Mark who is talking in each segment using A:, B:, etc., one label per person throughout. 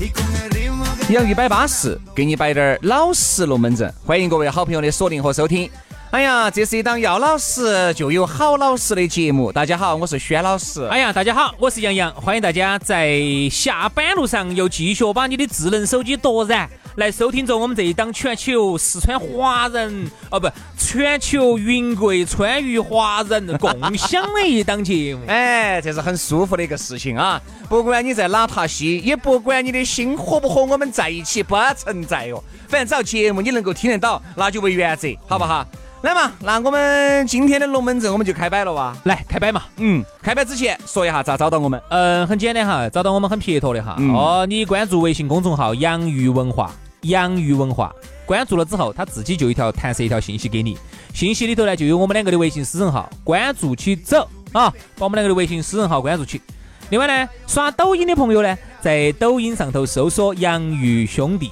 A: y con el ritmo que
B: 杨一摆巴适，给你摆点儿老实龙门阵。欢迎各位好朋友的锁定和收听。哎呀，这是一档要老实就有好老实的节目。大家好，我是轩老师。。
C: 哎呀，大家好，我是杨洋，欢迎大家在下班路上又继续把你的智能手机夺燃，来收听着我们这一档全球四川华人哦不，全球云贵川渝华人共享的一档节目
B: 哎，这是很舒服的一个事情啊！不管你在哪塔西，也不管你的心和不和我们在一起，不存在哟、反正只要节目你能够听得到，那就为原则，好不好？来嘛，那我们今天的龙门阵我们就开摆了哇！
C: 来开摆嘛，
B: 嗯，开摆之前说一下咋找到我们。
C: 嗯，很简单哈，找到我们很撇脱的哈。
B: 嗯
C: 哦，你关注微信公众号“养鱼文化”，养鱼文化，关注了之后，它自己就一条弹射一条信息给你，信息里头呢就有我们两个的微信私人号，关注起走啊，把我们两个的微信私人号关注起。另外呢，刷抖音的朋友呢，在抖音上头搜索“洋芋兄弟”，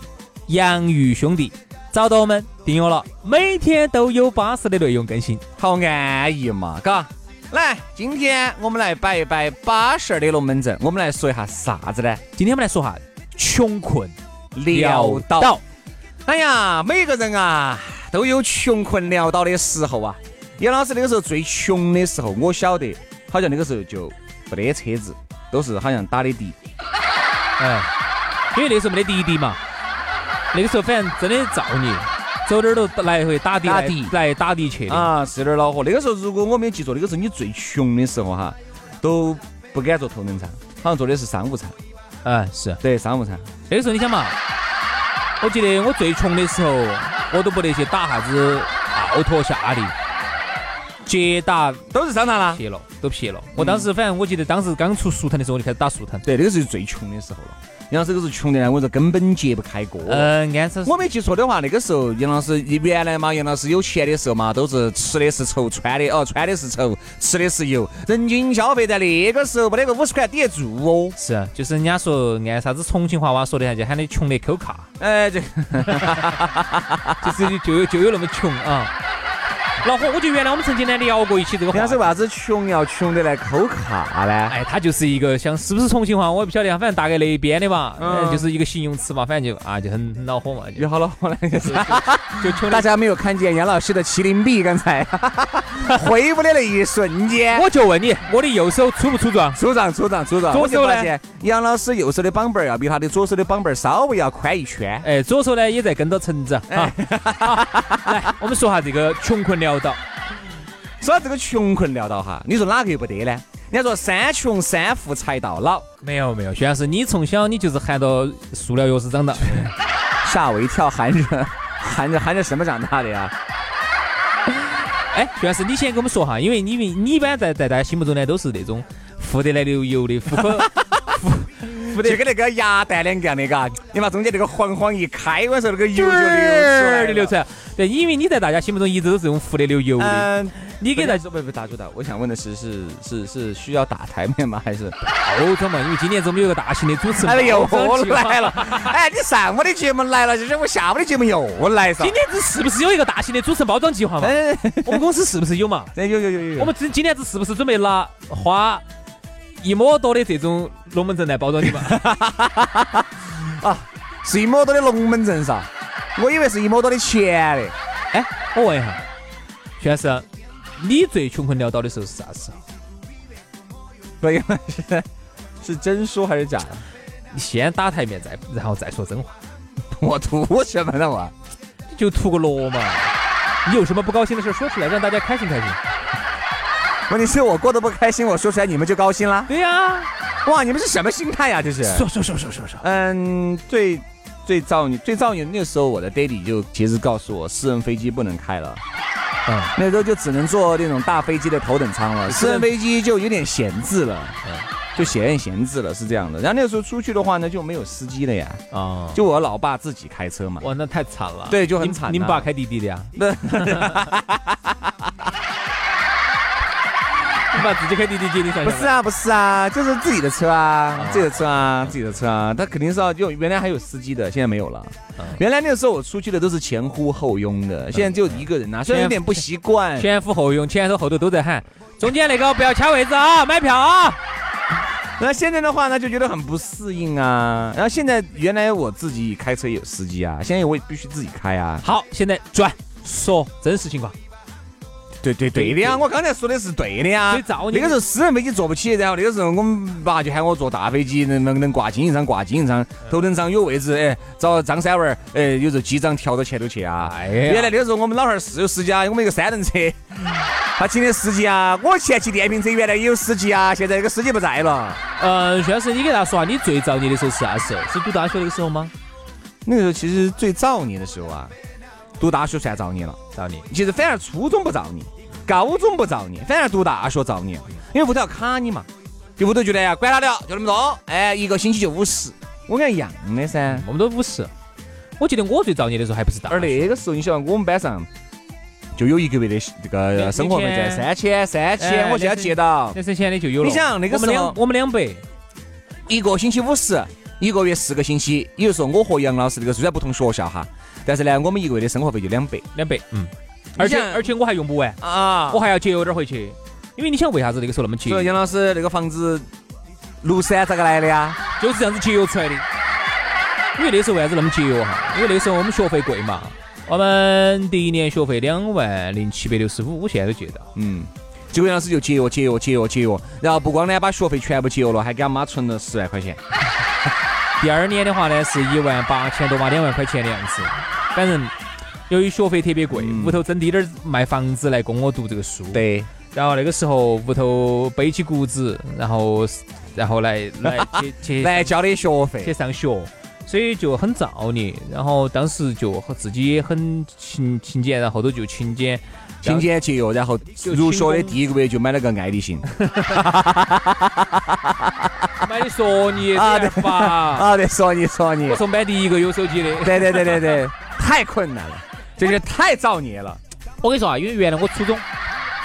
C: 洋芋兄弟。找到我们订阅了，每天都有巴适的内容更新。
B: 好安逸嘛，嘎。来，今天我们来摆一摆巴适儿的龙门阵，我们来说一下啥子呢？
C: 今天我们来说哈穷困
B: 潦倒。哎呀，每个人啊都有穷困潦倒的时候啊。杨老师那个时候最穷的时候，我晓得，好像那个时候就没得车子，都是好像打的的。
C: 哎，因为那时候没得滴滴嘛，那个时候反正真的造孽，走哪儿都来回打的
B: 打
C: 来
B: 的
C: 来打的去的。
B: 啊，是有点恼火。那个时候，如果我没记错，那个时候你最穷的时候哈，都不敢坐头等舱，好像坐的是商务舱，
C: 嗯，是
B: 对，商务舱。
C: 那个时候你想嘛，我记得我最穷的时候，我都不得去打啥子奥拓夏的，捷达
B: 都是商啊场啦。
C: 撇了，都撇了。我当时反正我记得当时刚出速腾的时候，我就开始打速腾。
B: 对，那个是最穷的时候了。杨老师那个时候穷的呢，我是根本揭不开锅。
C: 嗯，安生，
B: 我没记错的话，那个时候杨老师原来嘛，杨老师有钱的时候嘛，都是吃的是愁，穿的哦，穿的是愁，吃的是油。人均消费在那个时候没得个五十块抵得住哦。
C: 是就是人家说按啥子重庆话话说的哈，就喊你穷得 抠卡，
B: 哎，这
C: 就是就有就有那么穷啊。恼火，我觉得原来我们曾经呢聊过一起这个话
B: 杨老
C: 题
B: 师为。啥子穷要穷得来抠卡呢？
C: 哎，他就是一个像是不是重庆话，我也不晓得，反正大概那一边的吧，
B: 嗯
C: 嗯、就是一个形容词嘛，反正就啊就很很恼火嘛，就
B: 有好恼火了，
C: 就穷
B: 大
C: 的。
B: 家没有看见杨老师的麒麟臂，刚才 挥舞的那一瞬间。
C: 我就问你，我的右手粗不粗壮？
B: 组长，组长，组长，
C: 左
B: 我就
C: 手
B: 发
C: 呢
B: 现杨老师右手的绑板儿要比他的左手的绑板儿稍微要宽一圈。
C: 哎，左手呢也在跟着橙子。啊 来，我们说下这个穷困潦倒。
B: 说到这个穷困潦倒哈，你说哪个又不得呢？人家说三穷三富财到老，
C: 没有没有，徐老师，你从小你就是含着塑料钥匙长大。
B: 吓我一跳，含着含着含着什么长大的呀？
C: 哎，徐老师，你先给我们说哈，因为因为你一般在在大家心目中呢都是那种富得来流油的，富可
B: 不对，就跟那个鸭蛋两个样的，嘎，你把中间那个黄黄一开，我说那个油就流出来
C: 儿
B: 了
C: 的流呃出。来。对，因为你在大家心目中一直都是这种富得流油的。
B: 嗯，
C: 你给
B: 给
C: 大
B: 大
C: 家
B: 家不不打住打，我想问的是是是是需要打台面吗？还是？
C: 包装哦嘛，因为今年子我们有个大型的主持人，
B: 哎又
C: 包装计划
B: 来了。，哎，你上午的节目来了，今天我下午的节目又来上
C: 今。年子是不是有一个大型的主持人包装计划嘛？
B: 哎，
C: 我们公司是不是有 嘛？
B: 哎有有有有有
C: 我。们今今年子是不是准备拿花一摸多的这种龙门阵来包装你嘛？
B: 是一摸多的龙门阵噻，我以为是一摸多的钱嘞。
C: 哎，我问一下，徐老师，你最穷困潦倒的时候是啥时候？
B: 所以是 是真说还是假的？
C: 你先打台面再，然后再说真话，
B: 我图什么呢我？
C: 就图个乐嘛。你有什么不高兴的事说出来，让大家开心开心。
B: 问题是我过得不开心，我说出来你们就高兴啦。
C: 对呀、
B: 哇，你们是什么心态呀、啊这是。
C: 说说说说说说，
B: 嗯，最最造孽，最造孽的那个时候，我的 daddy 就其实告诉我，私人飞机不能开了。
C: 嗯
B: 那时候就只能坐那种大飞机的头等舱了，私人
C: 人
B: 飞机就有点闲置了，
C: 嗯
B: 就闲闲置了，是这样的。然后那个时候出去的话呢，就没有司机了呀，
C: 啊、
B: 就我老爸自己开车嘛。
C: 哇，那太惨了。
B: 对就很
C: 你
B: 惨
C: 你们
B: 呐
C: 爸开滴滴的呀？
B: 那
C: 你爸直接开滴滴接你上
B: 不
C: 下
B: 是
C: 班，
B: 啊，不是啊，就是自己的车啊，自己的车啊，自己的车啊，他肯定是要就原来还有司机的，现在没有了。原来那个时候我出去的都是前呼后拥的，现在就一个人啊呐、虽然有点不习惯。
C: 前俯后拥，前头后头都在喊，中间那个不要掐位置啊，买票啊。
B: 那现在的话呢，就觉得很不适应啊。然后现在原来我自己开车也有司机啊，现在我也必须自己开啊。
C: 好，现在转说真实情况。
B: 对对对的呀，我刚才说的是对的呀
C: 所以。造
B: 那
C: 孽
B: 个时候私人飞机坐不起，然后那个时候我们爸就喊我坐大飞机，能能能挂经营舱挂经营
C: 嗯
B: 舱，头等舱有位置，哎，找张三文儿，哎，有时候机长调到前头去啊。
C: 哎呀嗯
B: 原来那个时候我们老汉儿是有司机啊，我们一个三轮车，他请的司机啊，我前期电瓶车原来也有司机啊，现在那个司机不在了。
C: 嗯，徐老师，你给大家说下你最造孽的时候是啥时候？是读大学那个时候吗？
B: 那个时候其实最造孽的时候啊，读大学算造孽了。
C: 造孽。
B: 其实反而初中不造孽，高中不造孽，反而读大学造孽，因为屋头要卡你嘛，就屋头觉得哎呀，管他的，就那么多，哎，一个星期就五十，我跟一样的噻。
C: 我们都五十。我觉得我最造孽的时候还不是大学
B: 而那个时候，你晓得我们班上就有一个月的这个生活费在三千，三千，
C: 哎
B: 我现在借到
C: 那是钱的就有了。
B: 你想那个
C: 我们
B: 时候
C: 两我们两百，
B: 一个星期五十，一个月四个星期。也就是说，我和杨老师那个虽然不同学校哈，但是呢，我们一个月的生活费就两百
C: 两百，嗯。而且
B: 你想
C: 而且我还用不完，
B: 啊
C: 我还要节约点儿回去。因为你想为啥子那个时候那么节
B: 所以
C: 约？
B: 杨老师那个房子庐山咋个来的呀？
C: 就是这样子节约出来的。因为那时候为啥子那么节约哈？因为那时候我们学费贵嘛，我们第一年学费两万零七百六十五，现在都借到。
B: 嗯，结果杨老师就节约、节约、节约、节约，然后不光呢把学费全部节约了，还给他妈存了十万块钱。
C: 第二年的话呢，是一万八千多嘛，两万块钱的样子。反正由于学费特别贵，屋头挣滴点儿卖房子来供我读这个书。。
B: 嗯对，
C: 然后那个时候屋头背起谷子，然后然后来 来去去
B: 来交的学
C: 去
B: 费。
C: 上学，所以就很造孽。然后当时就和自己也很勤勤俭，然后后头就勤俭，
B: 勤俭节约，然后
C: 就
B: 入学的第一个月就买了个爱立信
C: 买的索尼
B: 啊对
C: F 八，
B: 啊！对，说你说你
C: 我，是我们班第一个有手机的。
B: 对对对对对，太困难了，这是太造孽了。
C: 我跟你说啊，因为原来我初中，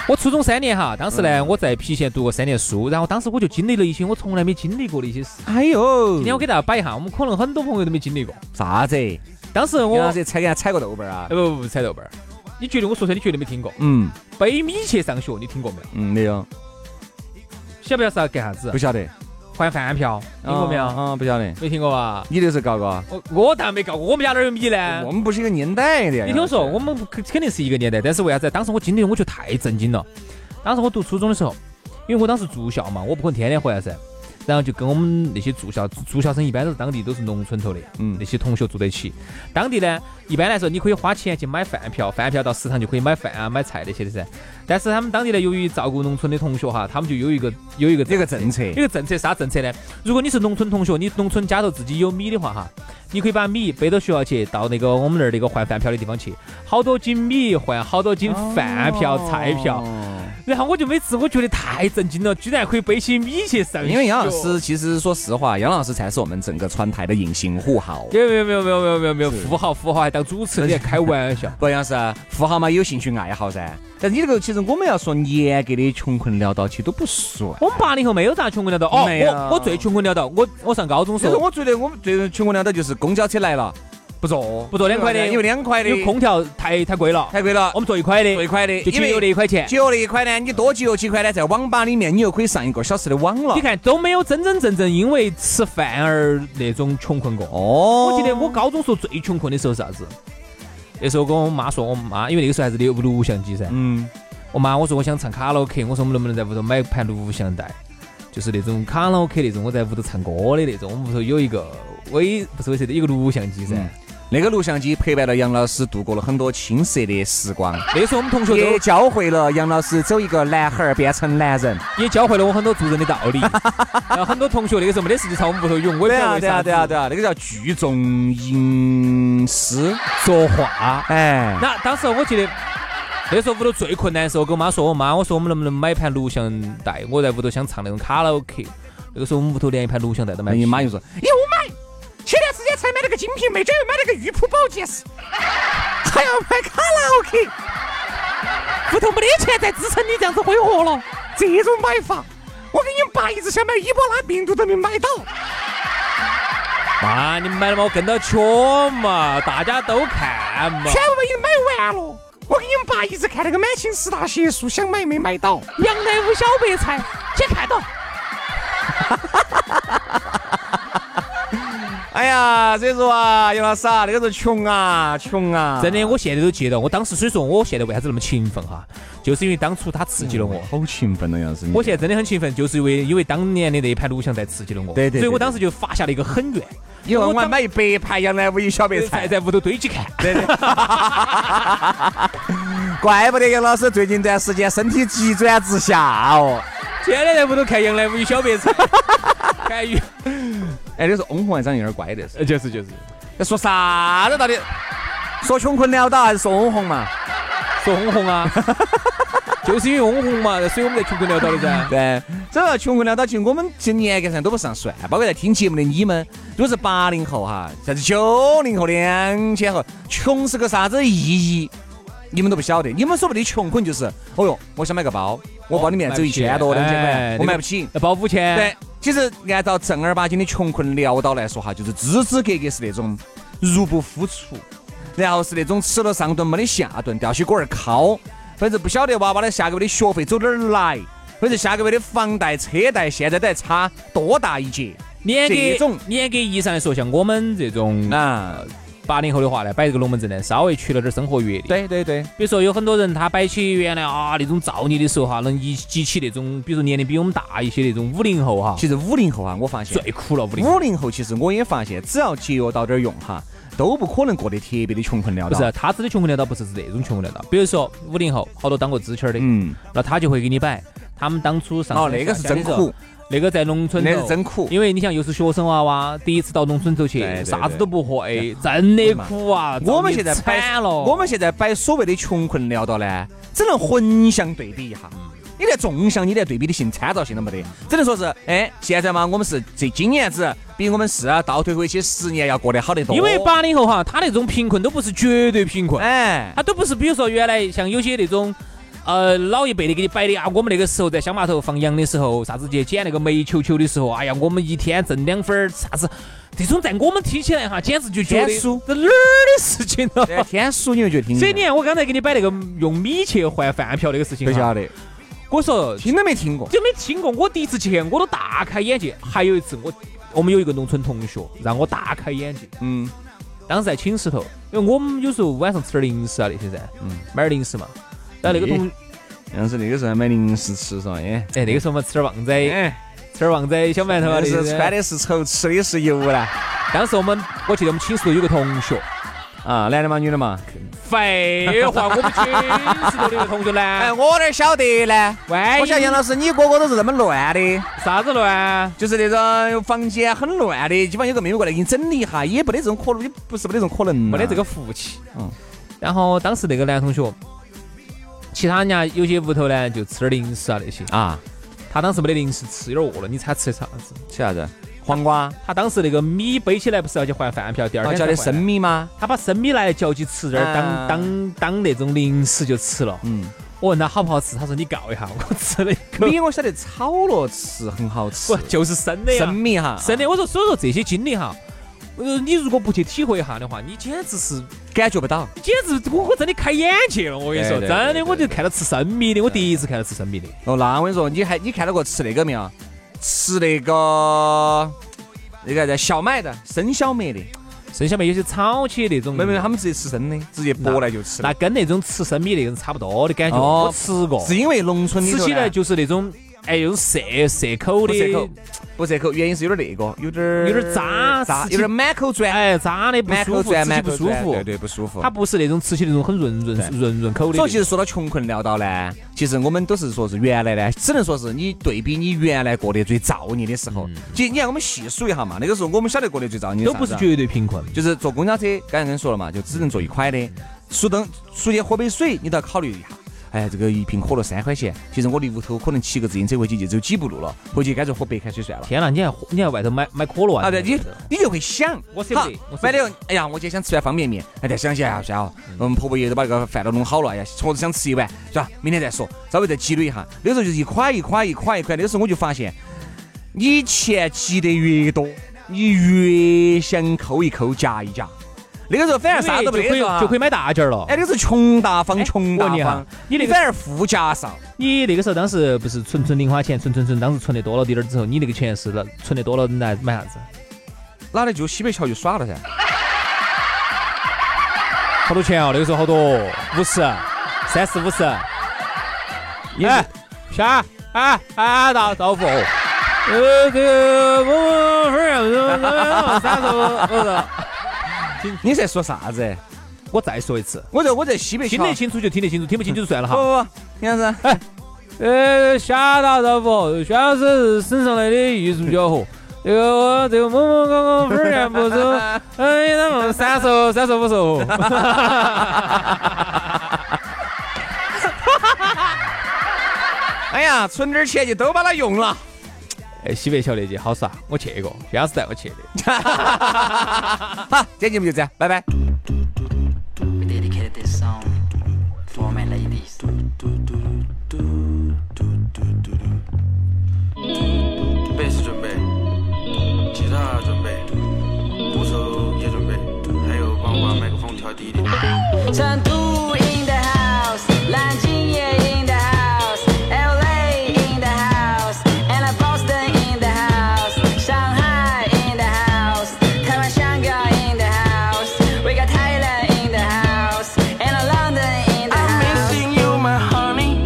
C: 我初中三年哈，当时
B: 嗯
C: 呢我在郫县读过三年书，然后当时我就经历了一些我从来没经历过的一些事。
B: 哎呦，
C: 今天我给大家摆一下，我们可能很多朋友都没经历过。
B: 啥子？
C: 当时
B: 杨
C: 我
B: 老师踩给他踩个豆瓣儿啊
C: 哎？不不不，踩豆瓣儿。你觉得我说出来，你绝对没听过。
B: 嗯
C: 背米去上学，你听过没有？
B: 嗯，没有，
C: 晓不晓得是要干啥子
B: 不？晓得。
C: 换饭票，听过没有？
B: 啊，啊不晓得。
C: 没听过吧？
B: 你那是搞搞？
C: 我我当然没搞过，我们家哪有米呢
B: 我？们不是一个年代的呀。
C: 你听我说，
B: 杨老
C: 我
B: 师
C: 们肯肯定是一个年代，但是为啥子？当时我经历，我就太震惊了。当时我读初中的时候，因为我当时住校嘛，我不可能天天回来噻。然后就跟我们那些住校住校生，一般都是当地都是农村头的，
B: 嗯
C: 那些同学住在一起。当地呢，一般来说你可以花钱去买饭票，饭票到食堂就可以买饭啊、买菜那些的噻。但是他们当地呢，由于照顾农村的同学哈，他们就有一个有一个
B: 有个政策
C: 有一个政策啥政策呢？如果你是农村同学，你农村家头自己有米的话哈，你可以把米背到学校去，到那个我们那儿那个换饭票的地方去，好多斤米换好多斤饭票、菜票。
B: 哦
C: 然后我就每次我觉得太震惊了，居然可以背起米去上学。
B: 因为啊杨老师，其实说实话，杨老师才是我们整个川台的隐形富豪。
C: 没有没有没有没有没有没有没有富豪富豪还当主持人，你还开玩笑。
B: 不，杨老师，富豪嘛有兴趣爱好噻。但是你这个，其实我们要说严格的穷困潦倒，其实都不算。
C: 我们八零后没有咋穷困潦倒哦，
B: 没有
C: 我我最穷困潦倒，我我上高中时
B: 其实
C: 候
B: 我觉得我们最穷困潦倒就是公交车来了，不坐，
C: 不坐两块的
B: 因为两块的哦
C: 因为空调太太贵了，
B: 太贵了，
C: 我们坐一块的，
B: 坐一块的，
C: 就节约了一块钱。
B: 节约了一块呢，你多节约几块呢，在网吧里面你又可以上一个小时的网了
C: 你。看都没有真真正正因为吃饭而那种穷困过。
B: 哦，
C: 我记得我高中时候最穷困的时候是啥子？那时候跟我妈说，我妈因为那个时候还是有录像机噻，
B: 嗯，
C: 我妈我说我想唱卡拉 OK，我说我们能不能在屋头买一盘录像带，就是那种卡拉 OK 那种，我在屋头唱歌的那种。我们屋头有一个微不是微 CD，有个录像机噻
B: 嗯，那个录像机陪伴了杨老师度过了很多青涩的时光，
C: 那时候我们 同学
B: 也
C: 都
B: 教会了杨老师走一个男孩儿变成男人。
C: 也教会了我很多做人的道 理。然后很多同学那个时候没得事就朝我们屋头涌，我
B: 对
C: 也不知道
B: 啊，
C: 为
B: 对啊，
C: 啥
B: 对啊，
C: 子
B: 对啊，那个叫聚众吟诗。
C: 说话。
B: 哎，
C: 那当时我记得。那时候屋头最困难的时候，跟我妈说，我妈我说我们能不能买一盘录像带？我在屋头想唱那种卡拉 OK。那个时候我们屋头连一盘录像带都
B: 那
C: 买不
B: 你
C: 起。
B: 妈就说：“哟买，前段时间才买了个《金瓶梅》，这又买了个《玉璞宝剑 士》，还要哎买卡拉 OK，
C: 屋头没得钱再支撑你这样子挥霍了。
B: 这种买法，我跟你爸一直想买伊波拉病毒都没买到。
C: 妈，你们买了嘛，我跟到缺嘛，大家都看嘛。
B: 全部已经买完了。我给你们爸一直看那个《满清十大邪术》，想买没买到。
C: 杨大夫小白菜，去看到。
B: 哎呀，所以说啊，杨老师啊，那个时候穷啊，穷啊，
C: 真的，我现在都记得，我当时所以说我现在为啥子那么勤奋哈，就是因为当初他刺激了我。
B: 好勤奋的样子。
C: 我现在真的很勤奋，就是因为因为当年的那一盘录像带刺激了我，
B: 对对对
C: 所以我当时就发下了一个狠愿，
B: 以后我
C: 我
B: 还
C: 当
B: 买一百盘杨乃武一小白
C: 才
B: 菜。
C: 在屋头堆起看。
B: 怪不得杨老师最近段时间身体急转直下哦。
C: 天天在屋头看杨乃武与小 白菜，看鱼，
B: 哎，那时候翁洪长有点乖的是。
C: 呃就是就是
B: 那说啥子到底？说穷困潦倒还是说翁虹嘛？
C: 说翁 虹啊，就是因为翁虹嘛，所以我们在穷困潦倒的噻。
B: 对，这个穷困潦倒，其实我们其实年龄上都不上算，包括在听节目的你们，如果是八零后哈，甚至九零后、两千后，穷是个啥子意义？你们都不晓得，你们说不定穷可能就是，哦哟，我想买个包，我包里面只有一千
C: 哦
B: 多、两千
C: 哎
B: 块，我买不起。
C: 那包五千，
B: 对，其实按照正儿八经的穷困潦倒来说哈，就是支支格格是那种入不敷出，然后是那种吃了上顿没得下顿，吊起锅儿敲，反正不晓得娃娃的下个月的学费走哪儿来，或者下个月的房贷、车贷现在都还差多大一截
C: 严格
B: 这种
C: 严格意义上来说，像我们这种
B: 啊？
C: 八零后的话呢，摆这个龙门阵呢，稍微缺了点生活阅历。
B: 对对对，
C: 比如说有很多人他摆起原来啊那种造孽的时候哈，能一激起那种，比如说年龄比我们大一些那种五零后哈，
B: 其实五零后啊，我发现
C: 最苦了五零。
B: 五零后其实我也发现，只要节约到点儿用哈，都不可能过得特别的穷困潦
C: 不是
B: 倒。
C: 他指的穷困潦倒，不是指那种穷困潦倒。比如说五零后，好多当过知青儿的，
B: 嗯，
C: 那他就会给你摆他们当初上
B: 哦，
C: 山
B: 那个是
C: 下乡
B: 真
C: 的时候
B: 苦，，
C: 那个在农村头
B: 那是真苦。
C: 因为你想又是学生娃娃，第一次到农村头
B: 对对
C: 去，
B: 对哎
C: 啥子都不会，真的苦啊！
B: 我们现在
C: 遭你
B: 摆
C: 惨了，
B: 我们现在摆所谓的穷困潦倒呢，只能横向对比一下。你连纵向，你连对比的性参照性都没得，只能说是，哎，现在嘛，我们是这今年子比我们是啊倒退回去十年要过得好得多。
C: 因为八零后哈，他那种贫困都不是绝对贫困，
B: 哎，
C: 他都不是，比如说原来像有些那种。呃，老一辈的给你摆的啊，我们那个时候在乡坝头放羊的时候，啥子去捡那个煤球球的时候，哎呀，我们一天挣两分儿，啥子，这种在我们听起来哈，简直就觉得
B: 天书
C: 这哪儿的事情了。
B: 对天数你就觉得听
C: 所以你看，我刚才给你摆那个用米去换饭票那个事情
B: 不
C: 哈，
B: 晓得，
C: 我说
B: 听都没听过。
C: 就没听过。我第一次去，我都大开眼界。还有一次，我我们有一个农村同学让我大开眼界。
B: 嗯，
C: 当时在寝室头，因为我们有时候晚上吃点零食啊那些噻，
B: 嗯
C: 买点零食嘛。然后那个同，
B: 当时那个时候还买零食吃是吧？哎，
C: 哎，那个时候嘛吃点旺仔，
B: 哎，
C: 吃点旺仔小馒头啊
B: 那
C: 那
B: 时
C: 些
B: 候穿
C: 噻。
B: 的是绸，吃的是油啦。
C: 当时我们，我记得我们寝室头有个同学，
B: 啊，男的嘛，女的嘛？
C: 废话，我们寝室头的一个同学
B: 哎，
C: 呢，
B: 我哪晓得呢？
C: 万
B: 我
C: 一
B: 晓得杨老师，你哥哥都是这么乱的。
C: 啥子乱？
B: 就是那种房间很乱的，基本上有个妹妹过来给你整理一下，也没得这种可能，也不是没得这种可能，
C: 没得这个。福气。
B: 嗯
C: 嗯。然后当时那个男同学，其他人家有些屋头呢就吃点零食啊那些，
B: 啊，
C: 他当时没得零食吃，有点饿了，你猜他吃的啥子？
B: 吃啥子？黄瓜？
C: 他当时那个米背起来不是要去换饭票，第二
B: 啊，
C: 天
B: 叫的
C: 才换
B: 生，米 吗？
C: 他把生米拿来嚼起吃点儿，
B: 啊
C: 当当当那种零食就吃了。
B: 嗯，
C: 我问他好不好吃，他说你告一下， 我吃了一口，
B: 米我晓得炒了吃很好吃
C: 不，就是生的呀
B: 生，米啊哈，
C: 生的。我说所以说这些经历哈。呃，你如果不去体会一下的话，你简直是，
B: 感觉不到。
C: 简直我我真的开眼界了。我跟你说，
B: 对对对
C: 真的，我
B: 对
C: 就看到吃生米的，我第一次看到吃生米的。
B: 哦，那我跟你说，你还你看到过吃那个没有？吃那个那个叫小麦的，生小麦的，
C: 剩下面有些炒起那种，
B: 没有没有，他们直接吃生的，直接剥来就吃了
C: 嗯那。跟那种吃生米那种差不多的感觉。
B: 哦
C: 我吃过，
B: 是因为农村里
C: 吃
B: 头
C: 起来
B: 呢
C: 就是那种哎，那种涩涩口
B: 不
C: 的
B: 涩口，不折扣，原因是有点那个，有点儿
C: 有点儿扎
B: 扎，
C: 刺激
B: 有点儿满口钻，
C: 哎，扎的不
B: 满
C: 舒
B: 口
C: 服，
B: 钻，
C: 吃起
B: 满
C: 不
B: 口
C: 舒
B: 钻，
C: 服
B: 对。对，不舒服
C: 它。不是那种吃起那种很润润
B: 对
C: 润润口的那种。
B: 所以其实说到穷困潦倒呢，其实我们都是说是原来呢，只能说是你对比你原来过得最造孽的时候。其实你看我们细数一下嘛，那个时候我们晓得过得最造孽的
C: 嗯都
B: 啥
C: 不
B: 子
C: 是
B: 啊
C: 绝对贫困，
B: 就是坐公交车，刚才跟你说了嘛，就只能坐一块的。出灯出去喝杯水，你都要考虑一下。哎，这个一瓶可乐三块钱，其实我离屋头可能骑个自行车回去就走几步路了，回去干脆喝白开水算了。
C: 天呐，你还你还外头买买可乐啊？
B: 啊，对，你你就会想，
C: 我舍不得
B: 好
C: 我舍不
B: 买
C: 得嗯
B: 了，哎呀，我今天想吃碗方便面，哎，再想想啊，算了，我们婆婆爷都把这个饭都弄好了，哎呀，我只想吃一碗，是吧？明天再说，稍微再积累一下。那个时候就是一块一块一块一块，那个时候我就发现，你钱积得越多，你越想抠一抠夹一夹。那个时候反而啥都不
C: 就
B: 得
C: 可以
B: 了，
C: 就可以。买大件儿了哎
B: 哎，。那个是穷大方，穷大
C: 我问你
B: 方
C: 哈，啊你那个
B: 反而富家少。
C: 你那个时候当时不是存存零花钱，存存存，当时存的多了点儿之后，你那个钱是了存的多了，你来买啥子？
B: 拿来就西北桥就耍了噻，
C: 好多钱哦，那个时候好多，五十、啊三十、五十。哎，虾，哎哎，大豆腐。呃，这个我分儿三十五十。嗯
B: 你在说啥子？
C: 我再说一次，
B: 我在我在西北
C: 听
B: 桥。
C: 得清楚就听得清楚，听不清楚就算了
B: 不不
C: 哈。
B: 不，你看啥？
C: 呃，虾大豆腐，薛老师是省上来的艺术家伙。这个这个某某刚刚分钱不收，哎，他们三十三十五十。
B: 哎呀，存点钱就都把它用了。
C: 哎，西北桥那节好耍，我去过，薛老师带我去的。
B: 好，啊今天节目就这样，拜拜。
D: We dedicated this song for my ladies.
E: bass 准备，吉他准备，鼓手也准备，还有帮我把麦克风调低一点。
D: 成都 in the house，南京也 in the house，LA in the house，and Boston in the house，上海 in the house，台湾香港 in the house，we got Thailand in the house，and London in the
E: I'm
D: house。
E: missing you, my honey.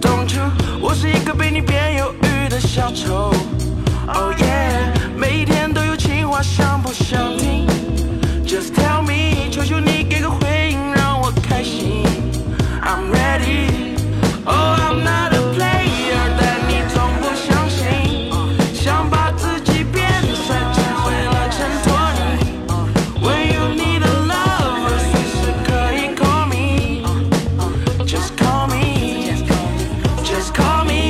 E: Don't you？我是一个被你变忧郁的小丑。Oh yeah，每一天都有情话，想不想听？Just tell me，求求你给个回应，让我开心。I'm ready。Oh, I'm not a player，但你总不相信，想把自己变帅，只为了衬托你。When you need a lover，随时可以 call me。Just call me. Just call me.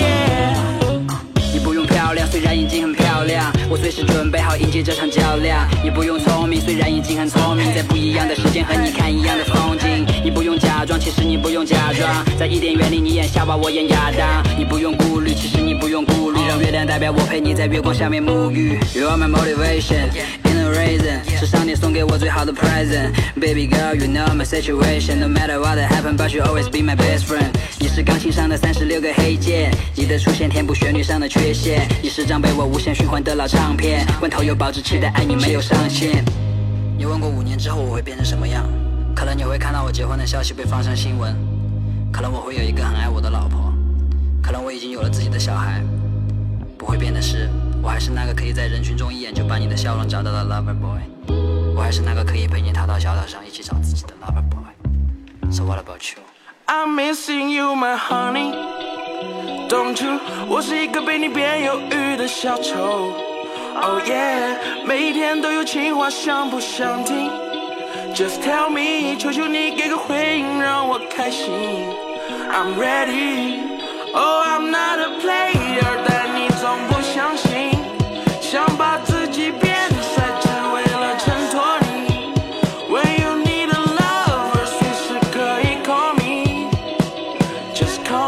E: Yeah.
D: 你不用漂亮，虽然已经很漂亮，我随时准备好迎接这场较量。你不用聪明，虽然已经很聪明，在不一样的时间和你看一样的风景。你不用假装，其实你不用假装，在伊甸园里你演夏娃，我演亚当。你不用顾虑，其实你不用顾虑，让月亮代表我陪你在月光下面沐浴。You are my motivation. in a Reason 是上帝送给我最好的 present。Baby girl, you know my situation. No matter what that happen, but you always be my best friend. 你是钢琴上的三十六个黑键，你的出现填补旋律上的缺陷。你是张被我无限循环的老唱片，关头又保质期待爱你没有上限。你问过五年之后我会变成什么样？可能你会看到我结婚的消息被放上新闻，可能我会有一个很爱我的老婆，可能我已经有了自己的小孩。不会变的是，我还是那个可以在人群中一眼就把你的笑容找到的 lover boy，我还是那个可以陪你踏到小岛上一起找自己的 lover boy。So what about you？
E: I'm missing you, my honey. Don't you？我是一个被你变忧郁的小丑。Oh yeah，每天都有情话，想不想听？Just tell me，求求你给个回应，让我开心。I'm ready。Oh, I'm not a player，但你总不相信，想把自己变帅，只为了衬托你。When you need a lover，随时可以 call me。Just call Oh,